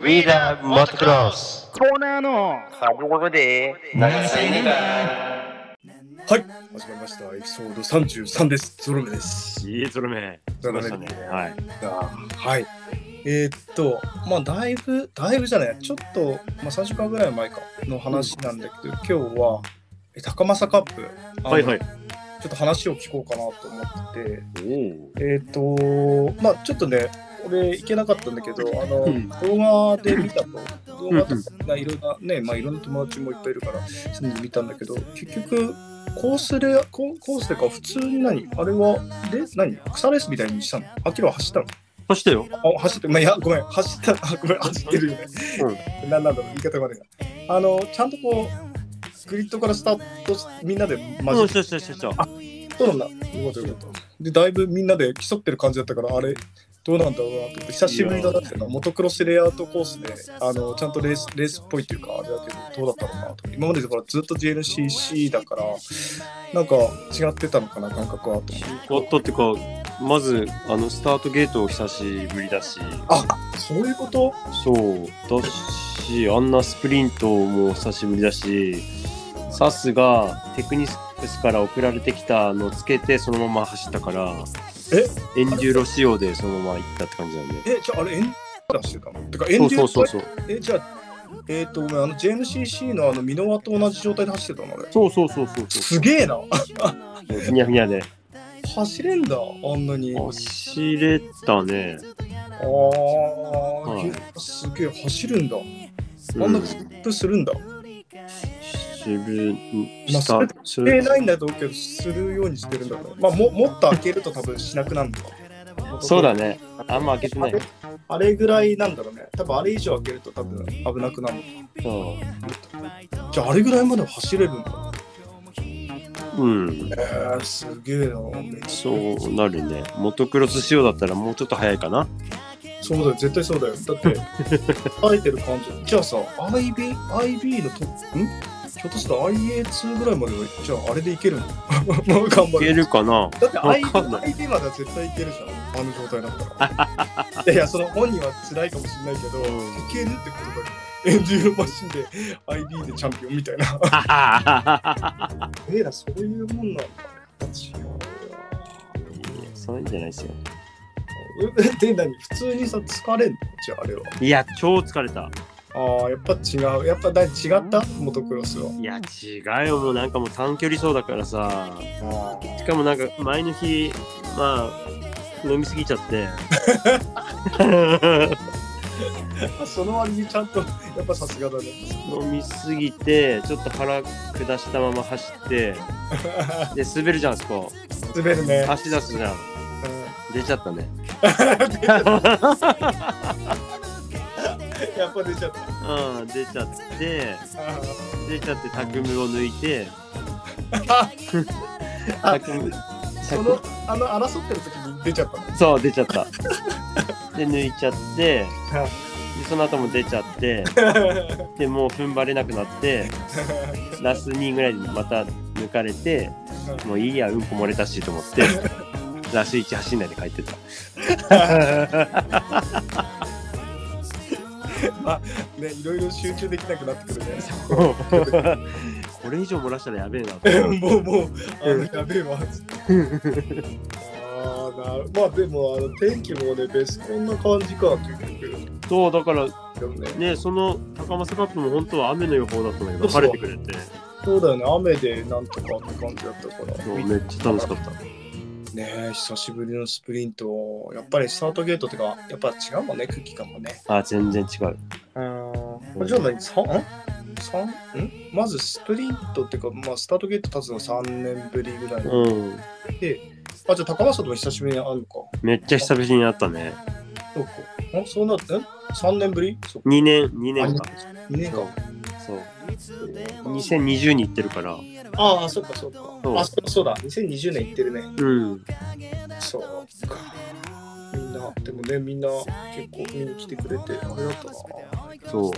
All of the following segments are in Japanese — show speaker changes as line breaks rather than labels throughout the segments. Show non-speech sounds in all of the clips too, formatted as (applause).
We love motocross!
コーナーのサブゴで
はい、始まりました。エピソード33です。ゾロ目です。
いいそれめ。
ゾロ
ま
目
し
だ
たね。はい。
はい。えーっと、まあ、だいぶ、だいぶじゃない、ちょっと、まあ、3週間ぐらい前かの話なんだけど、今日は、え高政カップ、あの
はいはい
ち。ょっと話を聞こうかなと思って
おお。
て、えーっと、まあ、ちょっとね、俺、行けなかったんだけど、あの、
うん
動画で見たと、動画と
うん
かがいろんな、ね、まあ、いろんな友達もいっぱいいるから、そういうの見たんだけど、結局、コースレコーコースでか普通に何あれはで何草レースみたいにしたのアキロは走ったの
そしてよ。
あ走ってまあ、いやごめん走ったあごめん走ってるよね、うん、なんなんだろう言い方がねあのちゃんとこうグリッドからスタートしみんなで
ま
マ
ず、
ジ
したしたしたした。
そうなんだよかったよかったでだいぶみんなで競ってる感じだったからあれどうなんだろうなと思って久しぶりだなっていうかモトクロスレイアウトコースであのちゃんとレースレースっぽいっていうかあれだけどどうだったのかなと今までだからずっと GNCC だからなんか違ってたのかな感覚はと思って
おっとってか、まず、あの、スタートゲート久しぶりだし、
あそういうこと
そう、だし、あんなスプリントも久しぶりだし、サスがテクニスから送られてきたのをつけて、そのまま走ったから、
え
エンジューロ仕様でそのまま行ったって感じだよね。
えじゃああれエン出してたのてかエ
そ
ン
う
ジ
そう
ン
そうそう。
えじゃあえっ、とごめんあの JMCC のあのミノワと同じ状態で走ってたのあれ
そうそうそうそうそ
すげえな
う。ふにゃふにゃで。
走れんだあんなに
走れたね。
ああ、
はい
すげえ走るんだあ
うん
んなスップするんだ、
する、
まあ
した、す
で
る。
ないんだと思うけどするようにしてるんだろうまあももっと開けると多分しなくなるんだ
そうだね。あんま開けてない。
あれぐらいなんだろうね多分あれ以上開けると多分危なくなる
う
じゃああれぐらいまでは走れるんだ
ん。
えー、すげえなめっちゃ
そうなるね。モトクロス仕様だったらもうちょっと早いかな。
そうだよ、絶対そうだよ。だって、耐えてる感じ。じゃあさ、IB、IB のトップ、んひょっとしたら IA2 ぐらいまでは、じゃああれでいけるのもう頑
い
張
け
る。
るか
(laughs)
な
だって
わかんな
IB, IB までは絶対いけるじゃん、あの状態だったら。 (laughs) いやいや、その本人は辛いかもしれないけど、いけるってことだよ。エンジンマシンで IB でチャンピオンみたいな。えら、そういうもんなんだ。違うわ
いやそういうんじゃないですよ。
えで、何普通にさ、疲れんのじゃああれは。
いや、超疲れた。
ああ、やっぱ違う。やっぱだ違ったモトクロスは。
いや、違うよ。もうなんかもう短距離走だからさ。
あ
しかもなんか前の日、まあ、飲みすぎちゃって。
あその割にちゃんとやっぱさすがだね。
飲みすぎて、ちょっと腹下したまま走
(laughs)
って、で、滑るじゃん、あそこ。
滑るね。
足出すじゃん。出ちゃったね。
うんやっぱ出ちゃった。
うん、出ちゃって、
あ
出ちゃって、タクムを抜いて、
あ
タクム、
そのあの争ってる時に出ちゃったの。
そう、出ちゃった。で、抜いちゃって、で
は
その後も出ちゃ
(laughs)
って、で、もう踏ん張れなくなって、ラス2ぐらいでまた抜かれて、もういいや、うんこ漏れたしと思って、ラス1走んないで帰ってた。
(laughs) ね、いろいろ集中できなくなってくるね。
これ以上漏らしたらやべえなと思って。
(laughs) もうもう、あの、やべえわ。ああ、なるまあでも、あの天気もね、ベスコンな感じか、結局。
そう、だから
でもね、
ね、その高松カップも本当は雨の予報だったんだけど、
そうそう
晴れてくれて、
そうだよね、雨でなんとかって感じだったから。
そうめっちゃ楽しかった。
ねえ久しぶりのスプリントやっぱりスタートゲートってかやっぱ違うもんね空気感もね
あ、全然違う。
うんじゃあ何三三んまずスプリントっていうか、まあ、スタートゲート立つの3年ぶりぐらい、あ
うん。
じゃあ高松とも久しぶりに会うのか
めっちゃ久々に会ったね。
そうかんそうなってん3年ぶりそうか
2年、2年か。
2年間
そう。2020に行ってるから。
ああそっかそっか
そう
あそうそうだ2020年行ってるね
うん。
そうかみんなでもねみんな結構見に来てくれてあれだったな
そ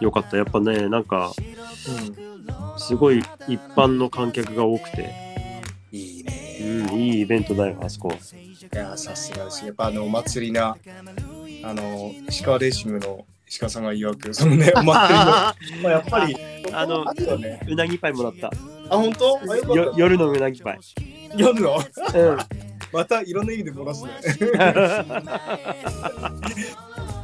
う。よかった。やっぱね、なんか、
うん
すごい一般の観客が多くて、
いいね
うん、いいイベントだよ、あそこ。
いやーさすがですやっぱあのお祭りなあの石川レーシムの石川さんが曰く、そのね、お (laughs) 祭りの。まあやっぱり、
あの
あとはね、
うなぎパイもらった。
あ、本当あ、よか
よ
っ
夜のうなぎパイ。
た。読むの
うん。
またいろんな意味で漏らすね。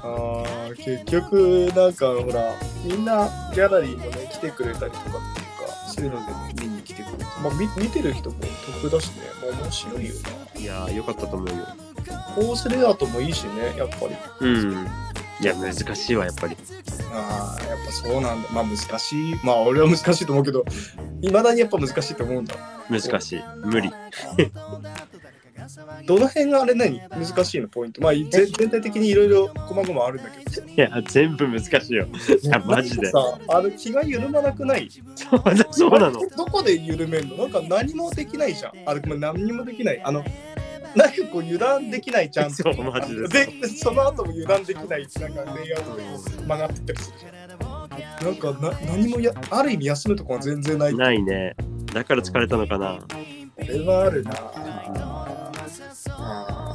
あー結局、なんかほら、みんなギャラリーもね、来てくれたりとかっていうか、そういうので見に来てくれて、まあ、み見てる人も得だしね、まあ、面白いよ
(laughs) いやー、よかったと思うよ。
な。コースレイアウトもいいしね、やっぱり。
うん。いや、難しいわ、やっぱり。
ああ、やっぱそうなんだ。まあ難しい。まあ俺は難しいと思うけど、いまだにやっぱ難しいと思うんだ。
難しい。無理。
どの辺があれ何難しいのポイント。まあぜ全体的にいろいろ細々あるんだけど。
いや、全部難しいよ。 (laughs) いや、マジで。
さあの気が緩まなくない
そうだそうなの
あれ。どこで緩めんのなんか何もできないじゃん。あれ、ごめん何にもできない。あの、なんかこう油断できないじゃん。
そう、マジで。
で、その後も油断できない、なんかレイアウトで曲がってったりするじゃん。なんかな何もや、ある意味休むとこは全然ない。
ないね。だから疲れたのかな。
これはあるなあ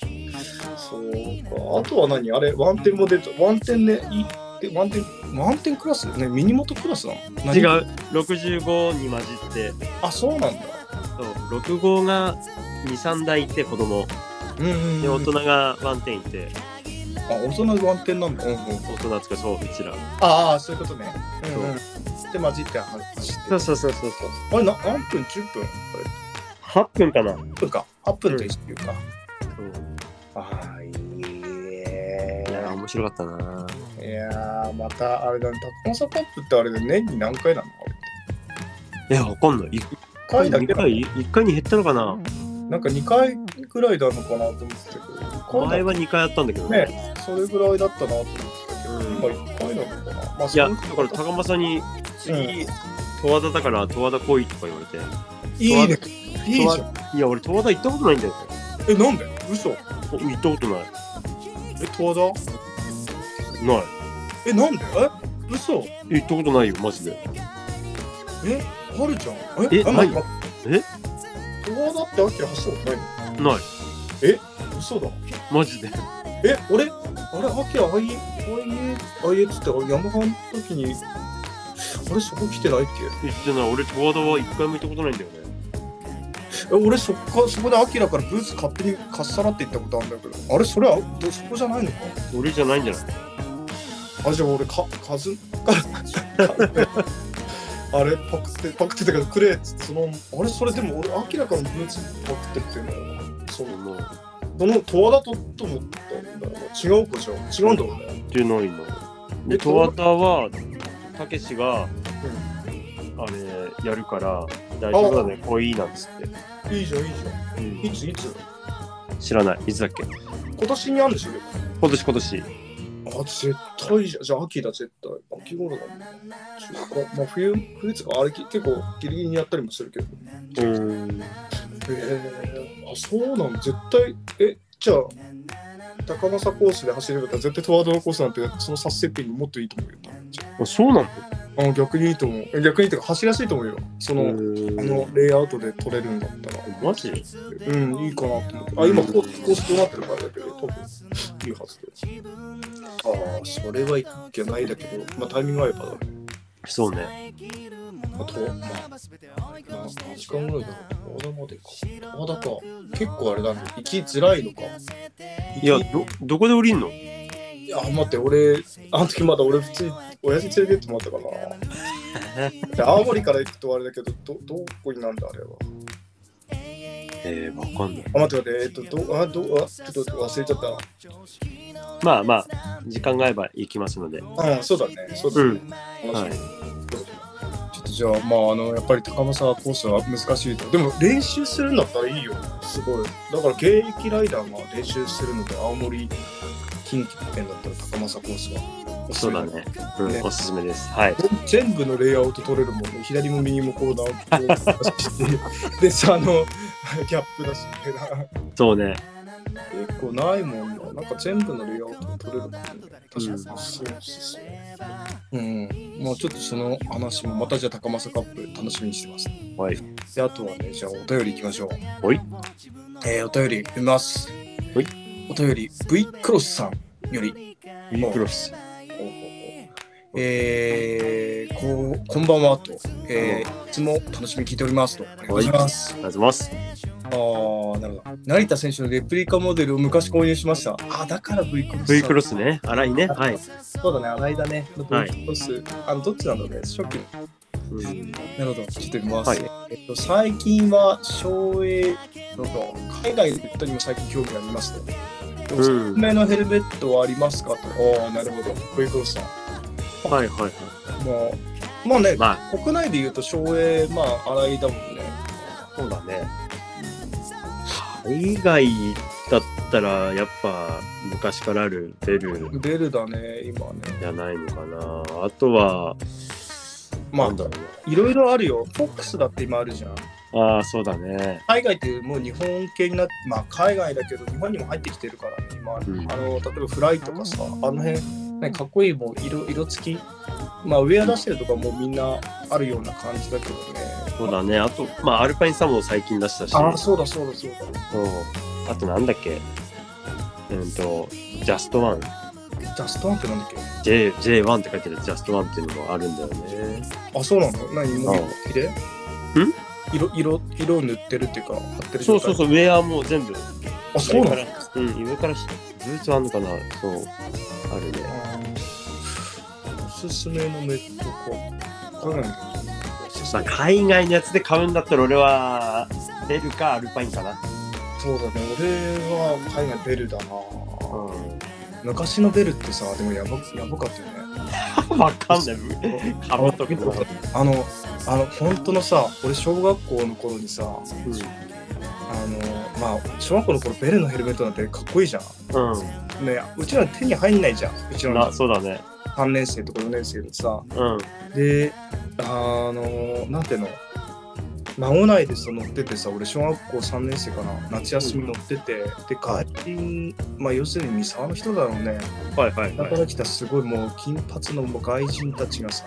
ーそうかあとは何あれワンテンも出たワンテンねいえワンテンワンテンクラスねミニモトクラスなの
違
う
う。65に混じって、
あそうなんだ
そう65が2、3台いて、子供。
うんうんうん
で、大人がワンテンいて、
あ大人がワンテンなんだ、うんうん、
大人つかそう、うちら。
ああそういうことねうん、うん、で混じって走って
そうそうそうそう。
あれな何分10分あれ
8分かな。
10分か8分と一緒か、
そう
ああいい
いやー、面白かったな。
いやーまたあれだねタコンサポップってあれで年に何回なのあれ
いや、わかんない。1回、
回だけ
2
なの
回、1回に減ったのかな。
なんか2回ぐらいなのかなと思ってたけど、
前
1回だ
は2回やったんだけどね。
ね、それぐらいだったなと思ってたけど、
うん
今1回なのかな。まあ、
いや、
そ
だ
う
から高間さんに、次、十和田だから十和田来いとか言われて。
いいね。いいじゃん。
いや、俺十和田行ったことないんだよ。
え、なんで嘘え、
お行ったことない。
十和田
ない。
え、なんでえ嘘
行ったことないよ、マジで。
え、あるじゃん。
え
あ
ないよ
待って十和田って秋走ったことないの
ない。
嘘だ。
マジで。
え、俺、あれ、秋あいえ、あいえ、あいえっつって、あれ山間の時に、あれ、そこ来てないっ
行ってない。俺十和田は一回も行ったことないんだよね。
けえ、俺、そっか、そこで秋だからブーツ勝手にかっさらって行ったことあるんだけど、あれ、それは、どそこじゃないのか
俺じゃないんじゃない
あ、じゃあ俺、か、かず、 (laughs) あれ、パクって、パクってたけど、くれっつって、その、あれ、それでも俺、明らかにブーツパクってってんだよな。そう。
もう、行
その、十和田と、と思ったんだよな。違うかじゃあ違うんだろうね。
ってないの。
え
で、十和田は、たけしが、あれ、やるから、大丈夫だね、来い、なんつって。
いいじゃん、いいじゃ。
うん
いつ、いつ
ん知らない。いつだっけ
今年にあるんでしょ、でも
今年今年。
あ、絶対じゃん。じゃあ、秋だ、絶対。秋頃だもんね。中華まあ、冬、冬とか、あれ、結構ギリギリにやったりもするけど。
うん。
えー、あそうなの絶対えじゃあ高政コースで走れる方絶対トワードのコースなんてそのサスセッティングもっといいと思うよ
あ、そうなの
あ逆にいいと思うえ逆にというか走りやすいと思うよその、
うん
あのレイアウトで取れるんだったら
マジで
うんいいかなと思ってあ今コースコースどうなってるからだけど多分いいはずでああそれはいくっきゃないだけどまあタイミング合えばだね
そうね。
あと、まあ、な何時間ぐらいだろう。大田までか。大田か。結構あれだね。行きづらいのか。
いや
行、
ど、どこで降りんの
きいや、待って、俺、あの時まだ俺、普通に親父連れてってもらったから。青森から行くとあれだけど、ど、どこになんだ、あれは。
えー、わかんない。
あ、待って待って、えっと、ど、あ、ど、あ、ちょっと忘れちゃっ
まあまあ、時間があれば行きますので。
たな。うん、そうだね。そうだね。
はい
ちょっとじゃあ、まあ、あの、やっぱり高政コースは難しいと。でも、練習するんだったらいいよ。すごい。だから、現役ライダーが練習するので、青森、近畿圏だったら高政コースは。おすす
そう
め
だ。ね。うん、
ね
おすすめです。はい。
全部のレイアウト取れるもんね。左も右もこうだ。こうだし
(laughs)
で、さ、あの、ギャップだし、みたいな。
そうね。
結構ないもんな。なんか全部のレイアウト取れるもんね。確かに。そうそうそう。うん。まあちょっとその話も、またじゃあ高政カップ楽しみにしてます。
はい。
であとはね、じゃあお便り行きましょう。
はい。
えー、お便り読みます。
はい。
お便り、V クロスさんより、
ウィークロス。
えー、こうこんばんはと、えー、いつも楽しみに聞いておりますと。ありがとうございます。
りがとうございま
ああ、なるほど。成田選手のレプリカモデルを昔購入しました。ああ、だから V クロス。
す。V クロスね、荒いね。はい。
そうだね、洗いだね。V ク
はい
ロス。あの、どっちなんだろうね、初期の。
うん
なるほど、ちょっと見ます。
はい
えっと、最近は、省エなどと、海外の人にも最近興味がありますと。おすすめのヘルメットはありますかと。ああ、なるほど。V クロスさん。
はいはいはい。
まあ、まあね、
まあ、
国内で言うと、省エまあ、洗いだもんね。
そうだね。海外だったら、やっぱ昔からあるベル
ベルだね、今はね。
じゃないのかな。あとは、
ま
なんだ
あ
ろ、
いろいろあるよ。フォックスだって今あるじゃん。
うな。ああ、そうだね。
海外ってもう日本系になって、まあ海外だけど日本にも入ってきてるからね、今、
ん
あの例えばフライとかさ、あの辺、ね、かっこいいもう色色付き、まあウェア出してるとかもうみんなあるような感じだけどね。
そうだね。あと、まあ、アルパインサムも最近出したし、
ああ、そうだそうだそうだ。
そうあとなんだっけ、うんと、ジャストワン、
ジャストワンってなんだっ
J、J1 って書いてあるジャストワンっていうのがあるんだよね。
けあ、そうなの何もう
うん
色付きで色色色を塗ってるっていうか、貼ってる
そう
状態。
そうそうう、ウェアも全部。
あ、そうな
上
の
からうん、上からし、ブーツあんのかなそう、あるね。
あーおすすめのメットか。わかんない
まあ、海外のやつで買うんだったら俺はベルかアルパインかな、
そうだね、俺は海外ベルだな。昔のベルってさ、でもやばやばかったよね。
わかんないかぶっとくの、
あの、あの、本当のさ、俺小学校の頃にさ、あの、まあ、小学校の頃ベルのヘルメットなんてかっこいいじゃん。
うん、
ね、うちら手に入んないじゃん。うち
うん、
ら
な
の
そうだね
3年生とか4年生でさ。
うん
で、あの、なんていうの、孫内でさ、乗っててさ、俺小学校3年生かな、夏休み乗ってて、で、外人、まあ要するに三沢の人だろうね。
はいはい
だ
は
か
い
ら来たすごいもう金髪のもう外人たちがさ、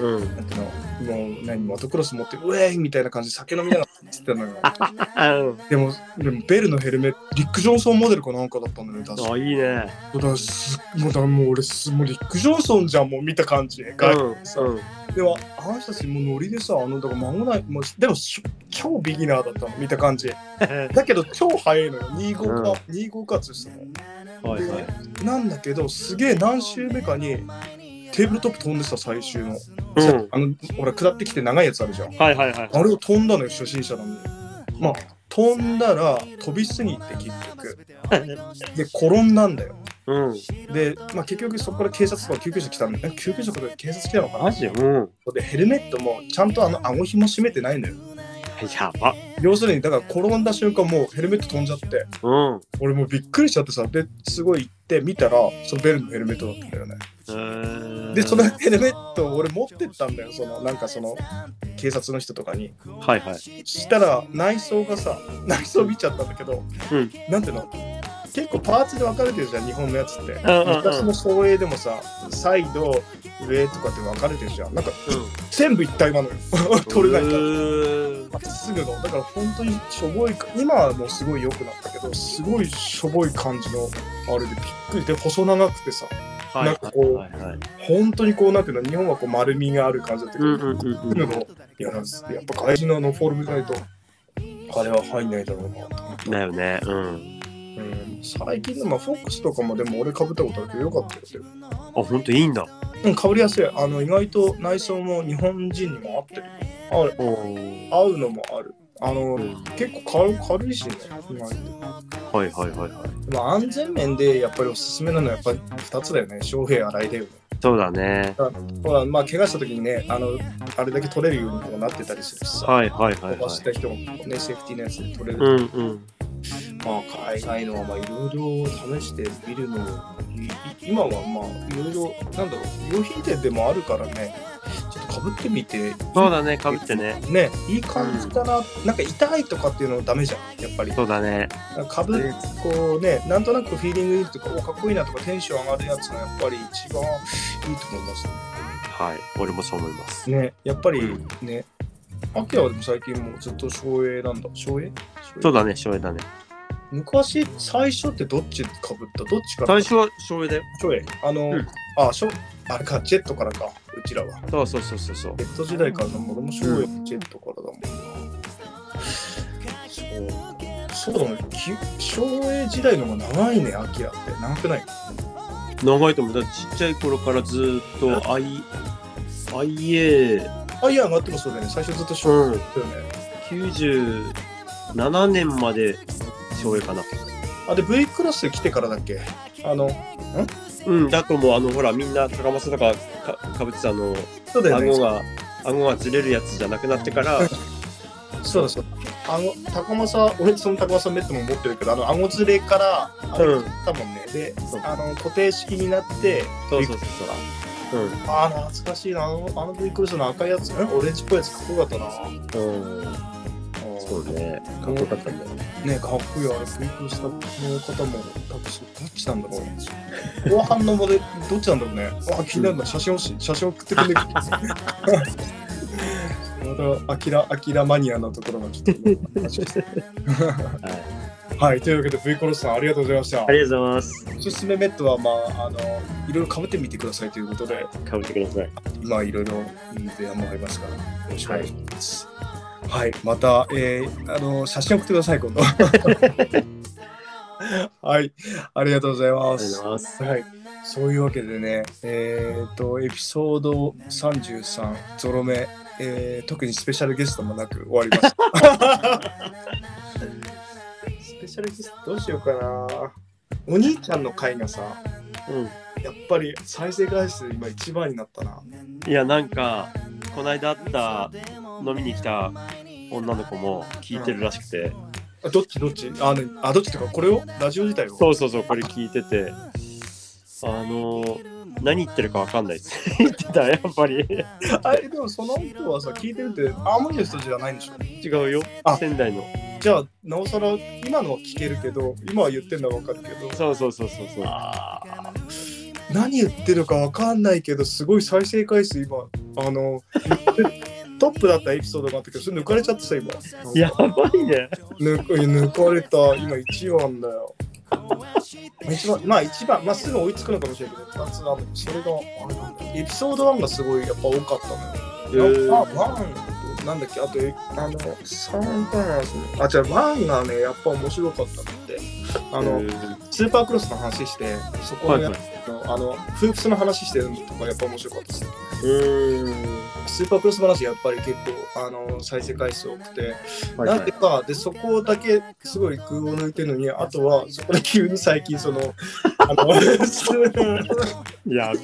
うん
なんていうの、もう何、モトクロス持って、ウェーイみたいな感じで酒飲みながら走ってたのよ。でも、でもベルのヘルメット、リック・ジョンソンモデルかなんかだったんだよね、確か
あいいね
だからすもうだからもう俺す、もうリック・ジョンソンじゃん、もう見た感じ。外
うん
では、あの人たちもうノリでさ、あの、だから間もない、もうでもし超ビギナーだったの、見た感じ。だけど超速いのよ、25か、25かつしたの。
うんはいはい
なんだけど、すげえ何周目かにテーブルトップ飛んでた最終の。
うん
あの、ほら、下ってきて長いやつあるじゃん。
はいはいはい
あれを飛んだのよ、初心者なのに。まあ、飛んだら飛びすぎて結局。で、転んだんだよ。
うん
で、まあ結局そこから警察とか救急車来たんだよ。え救急車とか警察来たのか
マジうん
なで、ヘルメットもちゃんとあの、顎紐締めてないのよ。
やば
要するに、だから転んだ瞬間もうヘルメット飛んじゃって、
うん
俺もうびっくりしちゃってさ、で、すごい行って見たら、そのベルのヘルメットだったんだよね。で、そのヘルメットを俺持ってったんだよ、その、なんかその、警察の人とかに。
はいはい
したら、内装がさ、内装見ちゃったんだけど、
うん
なんていうの結構パーツで分かれてるじゃん、日本のやつって。
うんうん
昔の総営でもさ、サイド、上とかって分かれてるじゃん。なんか、全部一体なのよ。 (laughs) 取れないから。すぐの、だから本当にしょぼいか、今はもうすごい良くなったけど、すごいしょぼい感じの、あれでびっくりで、細長くてさ、
はいはいはい
本当にこうなんていうの日本はこう丸みがある感じだったけ
う
ど、
んうんうん
でもいややっぱ外人のあのフォルムないとあれは入んないだろうなと思って、
だよねうん
うん、最近のまあフォックスとかもでも俺かぶったことあるけどよかったよ
あ本当いいんだ
うんかぶりやすいあの意外と内装も日本人にも合ってる
おお
合うのもあるあの、
うん
結構軽軽いしね意外と
はいはいはいはい。
まあ安全面でやっぱりおすすめなのはやっぱり2つだよね翔平洗いだよね
そうだね。
ほらまあ怪我した時にねあのあれだけ取れるようにもなってたりするしさ
はいはいはい、
飛ば
は
し
い。
た人もね、セーフティーのやつで取れ
う
る。
んうん。
まあ、海外のはまあいろいろ試してみるのもいい今はまあ、いろいろ、なんだろう、用品店でもあるからね、ちょっとかぶってみて、
そうだね、かぶってね。
ね、いい感じかな、なんか痛いとかっていうのダメじゃん、やっぱり。
そうだね。
かぶっこうね、なんとなくフィーリングいいとか、おかっこいいなとか、テンション上がるやつがやっぱり一番いいと思いますね。
はい。俺もそう思います。
ね、やっぱりね、アキラはでも最近もうずっと省エなんだ、省エ
そうだね、省エだね。
昔、最初ってどっちかぶったどっちから
最初は醤油だよ。
ちょいあの、
うん
あ、しょ、あれか、ジェットからか、うちらは。
そうそうそうそうそう
ジ。ェット時代からのも俺もしょうジェットからだもんな。そう、そうだね。き昭栄時代のも長いね、アキラって。長くない
長いと思う。だってちっちゃい頃からずーっと I、IA、
あ、いや、待ってもそうだよね。最初ずっと昭
うん、
栄だよね。
97年まで醤油かな。
あ、で、V クラス来てからだっけあの、
うん、だともう、あの、ほら、みんな、高松とかかかぶってたあの、
そうだよ
顎
ね。
が、顎がずれるやつじゃなくなってから、
そうだそうだ。あの、高政、俺その高政メットも持ってるけど、あの、顎ずれから、あれ
うん
だもんね。で
そう、
あの、固定式になって、
そうそうそうそう。
あー懐かしいなあのあの V クロスの赤いやつんオレンジっぽいやつかっこよかったな
うん。うん。そうね。かっこよかったんだよね。
ねかっこいいあれ V クロスの方も多分そう (laughs) どっちなんだろう後半のモデルどっちなんだろうねあ気になるな写真をし写真送ってくれ (laughs) るまたアキラアキラマニアのところがちょっと今話をして (laughs) はいというわけで V クロスさんありがとうございました
ありがとうございます。
おすすめメットはまああのいろいろ被ってみてくださいということで
かぶってください。
まあいろいろいい出会いもありますから、よろしくお願いします。はい、また、えー、あの写真送ってください、今度。 (laughs) はい、ありがとうござい
あ
ま
りがとうご
す
ざ。います。
はい、そういうわけでね、えっ、と、エピソード33、ゾロ目、えー、特にスペシャルゲストもなく終わりました。スペシャルゲストどうしようかな。お兄ちゃんの回がさ、
う
やっぱり再生回数今一番になったな。
ん。いや、なんか、こないだ会った、飲みに来た女の子も聞いてるらしくて、
あどっちどっちあのあどっちとかこれをラジオ自体を
そうそうそう、これ聞いてて、あの、何言ってるかわかんない (laughs) です。言ってた、やっぱり。
あれでもその人はさ聞いてるって青森の人じゃないんでしょ
違うよ
あ。
仙台の。
じゃあなおさら今のは聞けるけど今は言ってんのは分かるけど
そうそうそうそうそう。
何言ってるか分かんないけどすごい再生回数今あの (laughs) トップだったエピソードがあったけどそれ抜かれちゃってさ今
やばいね。
抜か抜かれた今1番だよ一番まあ一番、まあ、すぐ追いつくのかもしれないけど2つあるそれがあれなんだエピソード1がすごいやっぱ多かったのよ
えー
あ、ワン、なんだっけ、あと、えあの、サンタナスのあ、じゃワンがね、やっぱ面白かったって。あの、
え
スーパークロスの話して、そ
ー
こ
は
の
い
や
は
つ
い。
の、あの、フープスの話してるのとか、やっぱ面白かったですね。
うーん。
スーパークロス話、やっぱり結構、あの、再生回数多くて、
はい
な
は
んで
い。
か、で、そこだけ、すごい空を抜いてるのに、あとは、そこで急に最近、その、あ (laughs) の、
やべえじゃん。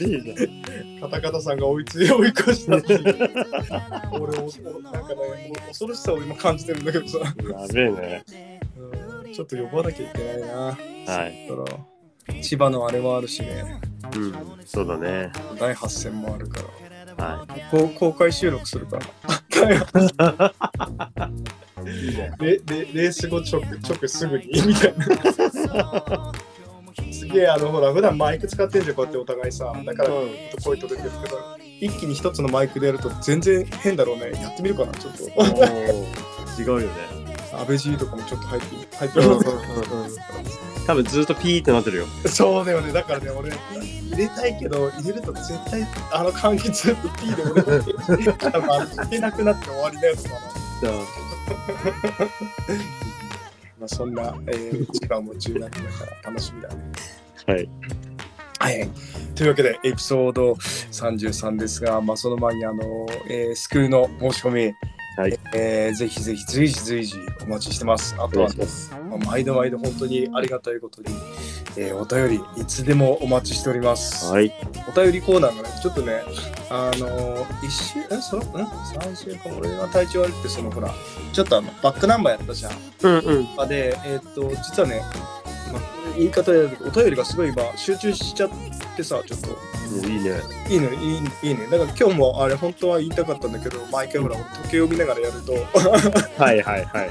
カタカタさんが追いつい追い越したっていう。俺おおなんかね、お恐ろしさを今感じてるんだけどさ、
やべえね。
うんちょっと呼ばなきゃいけないな。
はい。
だから千葉のあれもあるしね、
うん。そうだね。
第8戦もあるから、
は
こう公開収録するから。第8レレレース後直直すぐにみたいな。 (laughs) すげえあのほら普段マイク使ってんじゃんこうやってお互いさだからちょっと声と出てるけど一気に一つのマイクでやると全然変だろうねやってみるかなちょっと
い。おー違うよね。
安倍 G とかもちょっと入って入って
うんうん
ま
うんうん多分ずっとピーってなってるよ。
すそうだよねだからね俺入れたいけど入れると絶対あの柑橘ずっと P で俺だけ (laughs) 多分あの聞けなくなって終わりだよつかなまあそんな、えー、千葉も中学だから楽しみだね
はい。
(laughs) はい、というわけでエピソード33ですが、まあ、その前にあの、えースクールの申し込み、
はい
えーぜひぜひ随時随時お待ちしてます。あとは、まあ毎度毎度本当にありがたいことに、えーお便りいつでもお待ちしております。
はい。
お便りコーナーがね、ちょっとね、あのー、1週、え、その、ん ?3 週間、俺が体調悪くて、そのほら、ちょっとあのバックナンバーやったじゃん。
うんうん。
あで、えーっと実はね、まあ、言い方やるけどお便りがすごい今集中しちゃってさちょっと
いいね。
いいねいいいいねだから今日もあれ本当は言いたかったんだけど毎回ほら俺時計を見ながらやると
はいはいはいはい。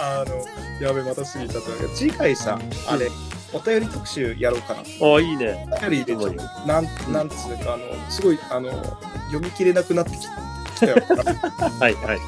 あのやべまた過ぎちゃったんだけど次回さあれお便り特集やろうかな
ああ、いいね。
お便りでちょっとなんなんつうかあのすごいあの読み切れなくなってきき
(laughs)
たよ
はいはい。
こ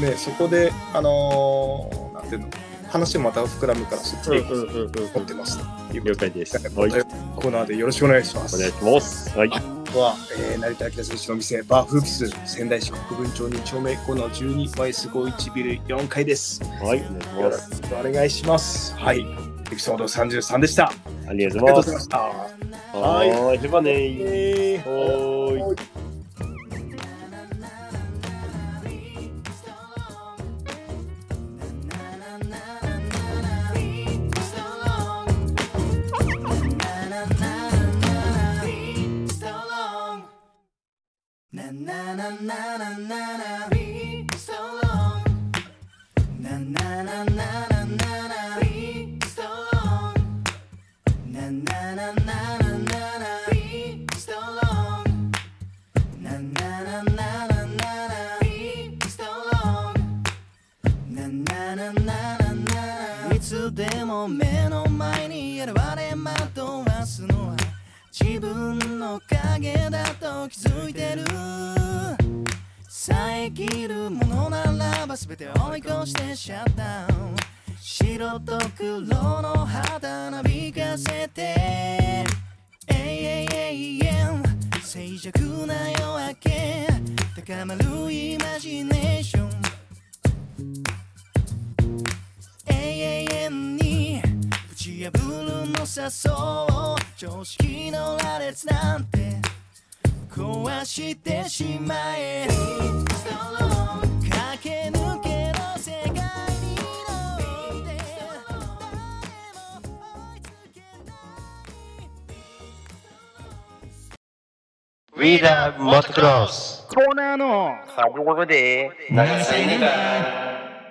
うねそこであのーなんていうの話もまた膨らむからそっち
うん
で
うんうんうん
持ってますというこ
了
とで
解です。はい。
お便りコーナーでよろしくお願いしま
お
す。
願いします。はい。
ここは、えー成田明選手の店バーフープス仙台市国分町2丁目コーナー12マイス51ビル4階です。
はい。お願いし
よ
ま
ろ
す。
しくお願いします。はい、エピソード33でした。あ
ありがとう
りがとう
ご
ご
ざ
ざ
いま。
いますした。
は
は
ーい。じゃあねー。
えー
はーい。
いつでも目の前に現れ惑わすのは自分の影だと気づいてる遮るものならば全て追い越してシャッター白と黒の肌なびかせて永遠静寂な夜明け高まるイマジネーション永遠に打ち破るのさそう常識の羅列なんて壊してしまえ駆け抜けの世界に乗って誰も追いつけな
We
い
love motocross.
コーナーの作業語で。
長さいねか。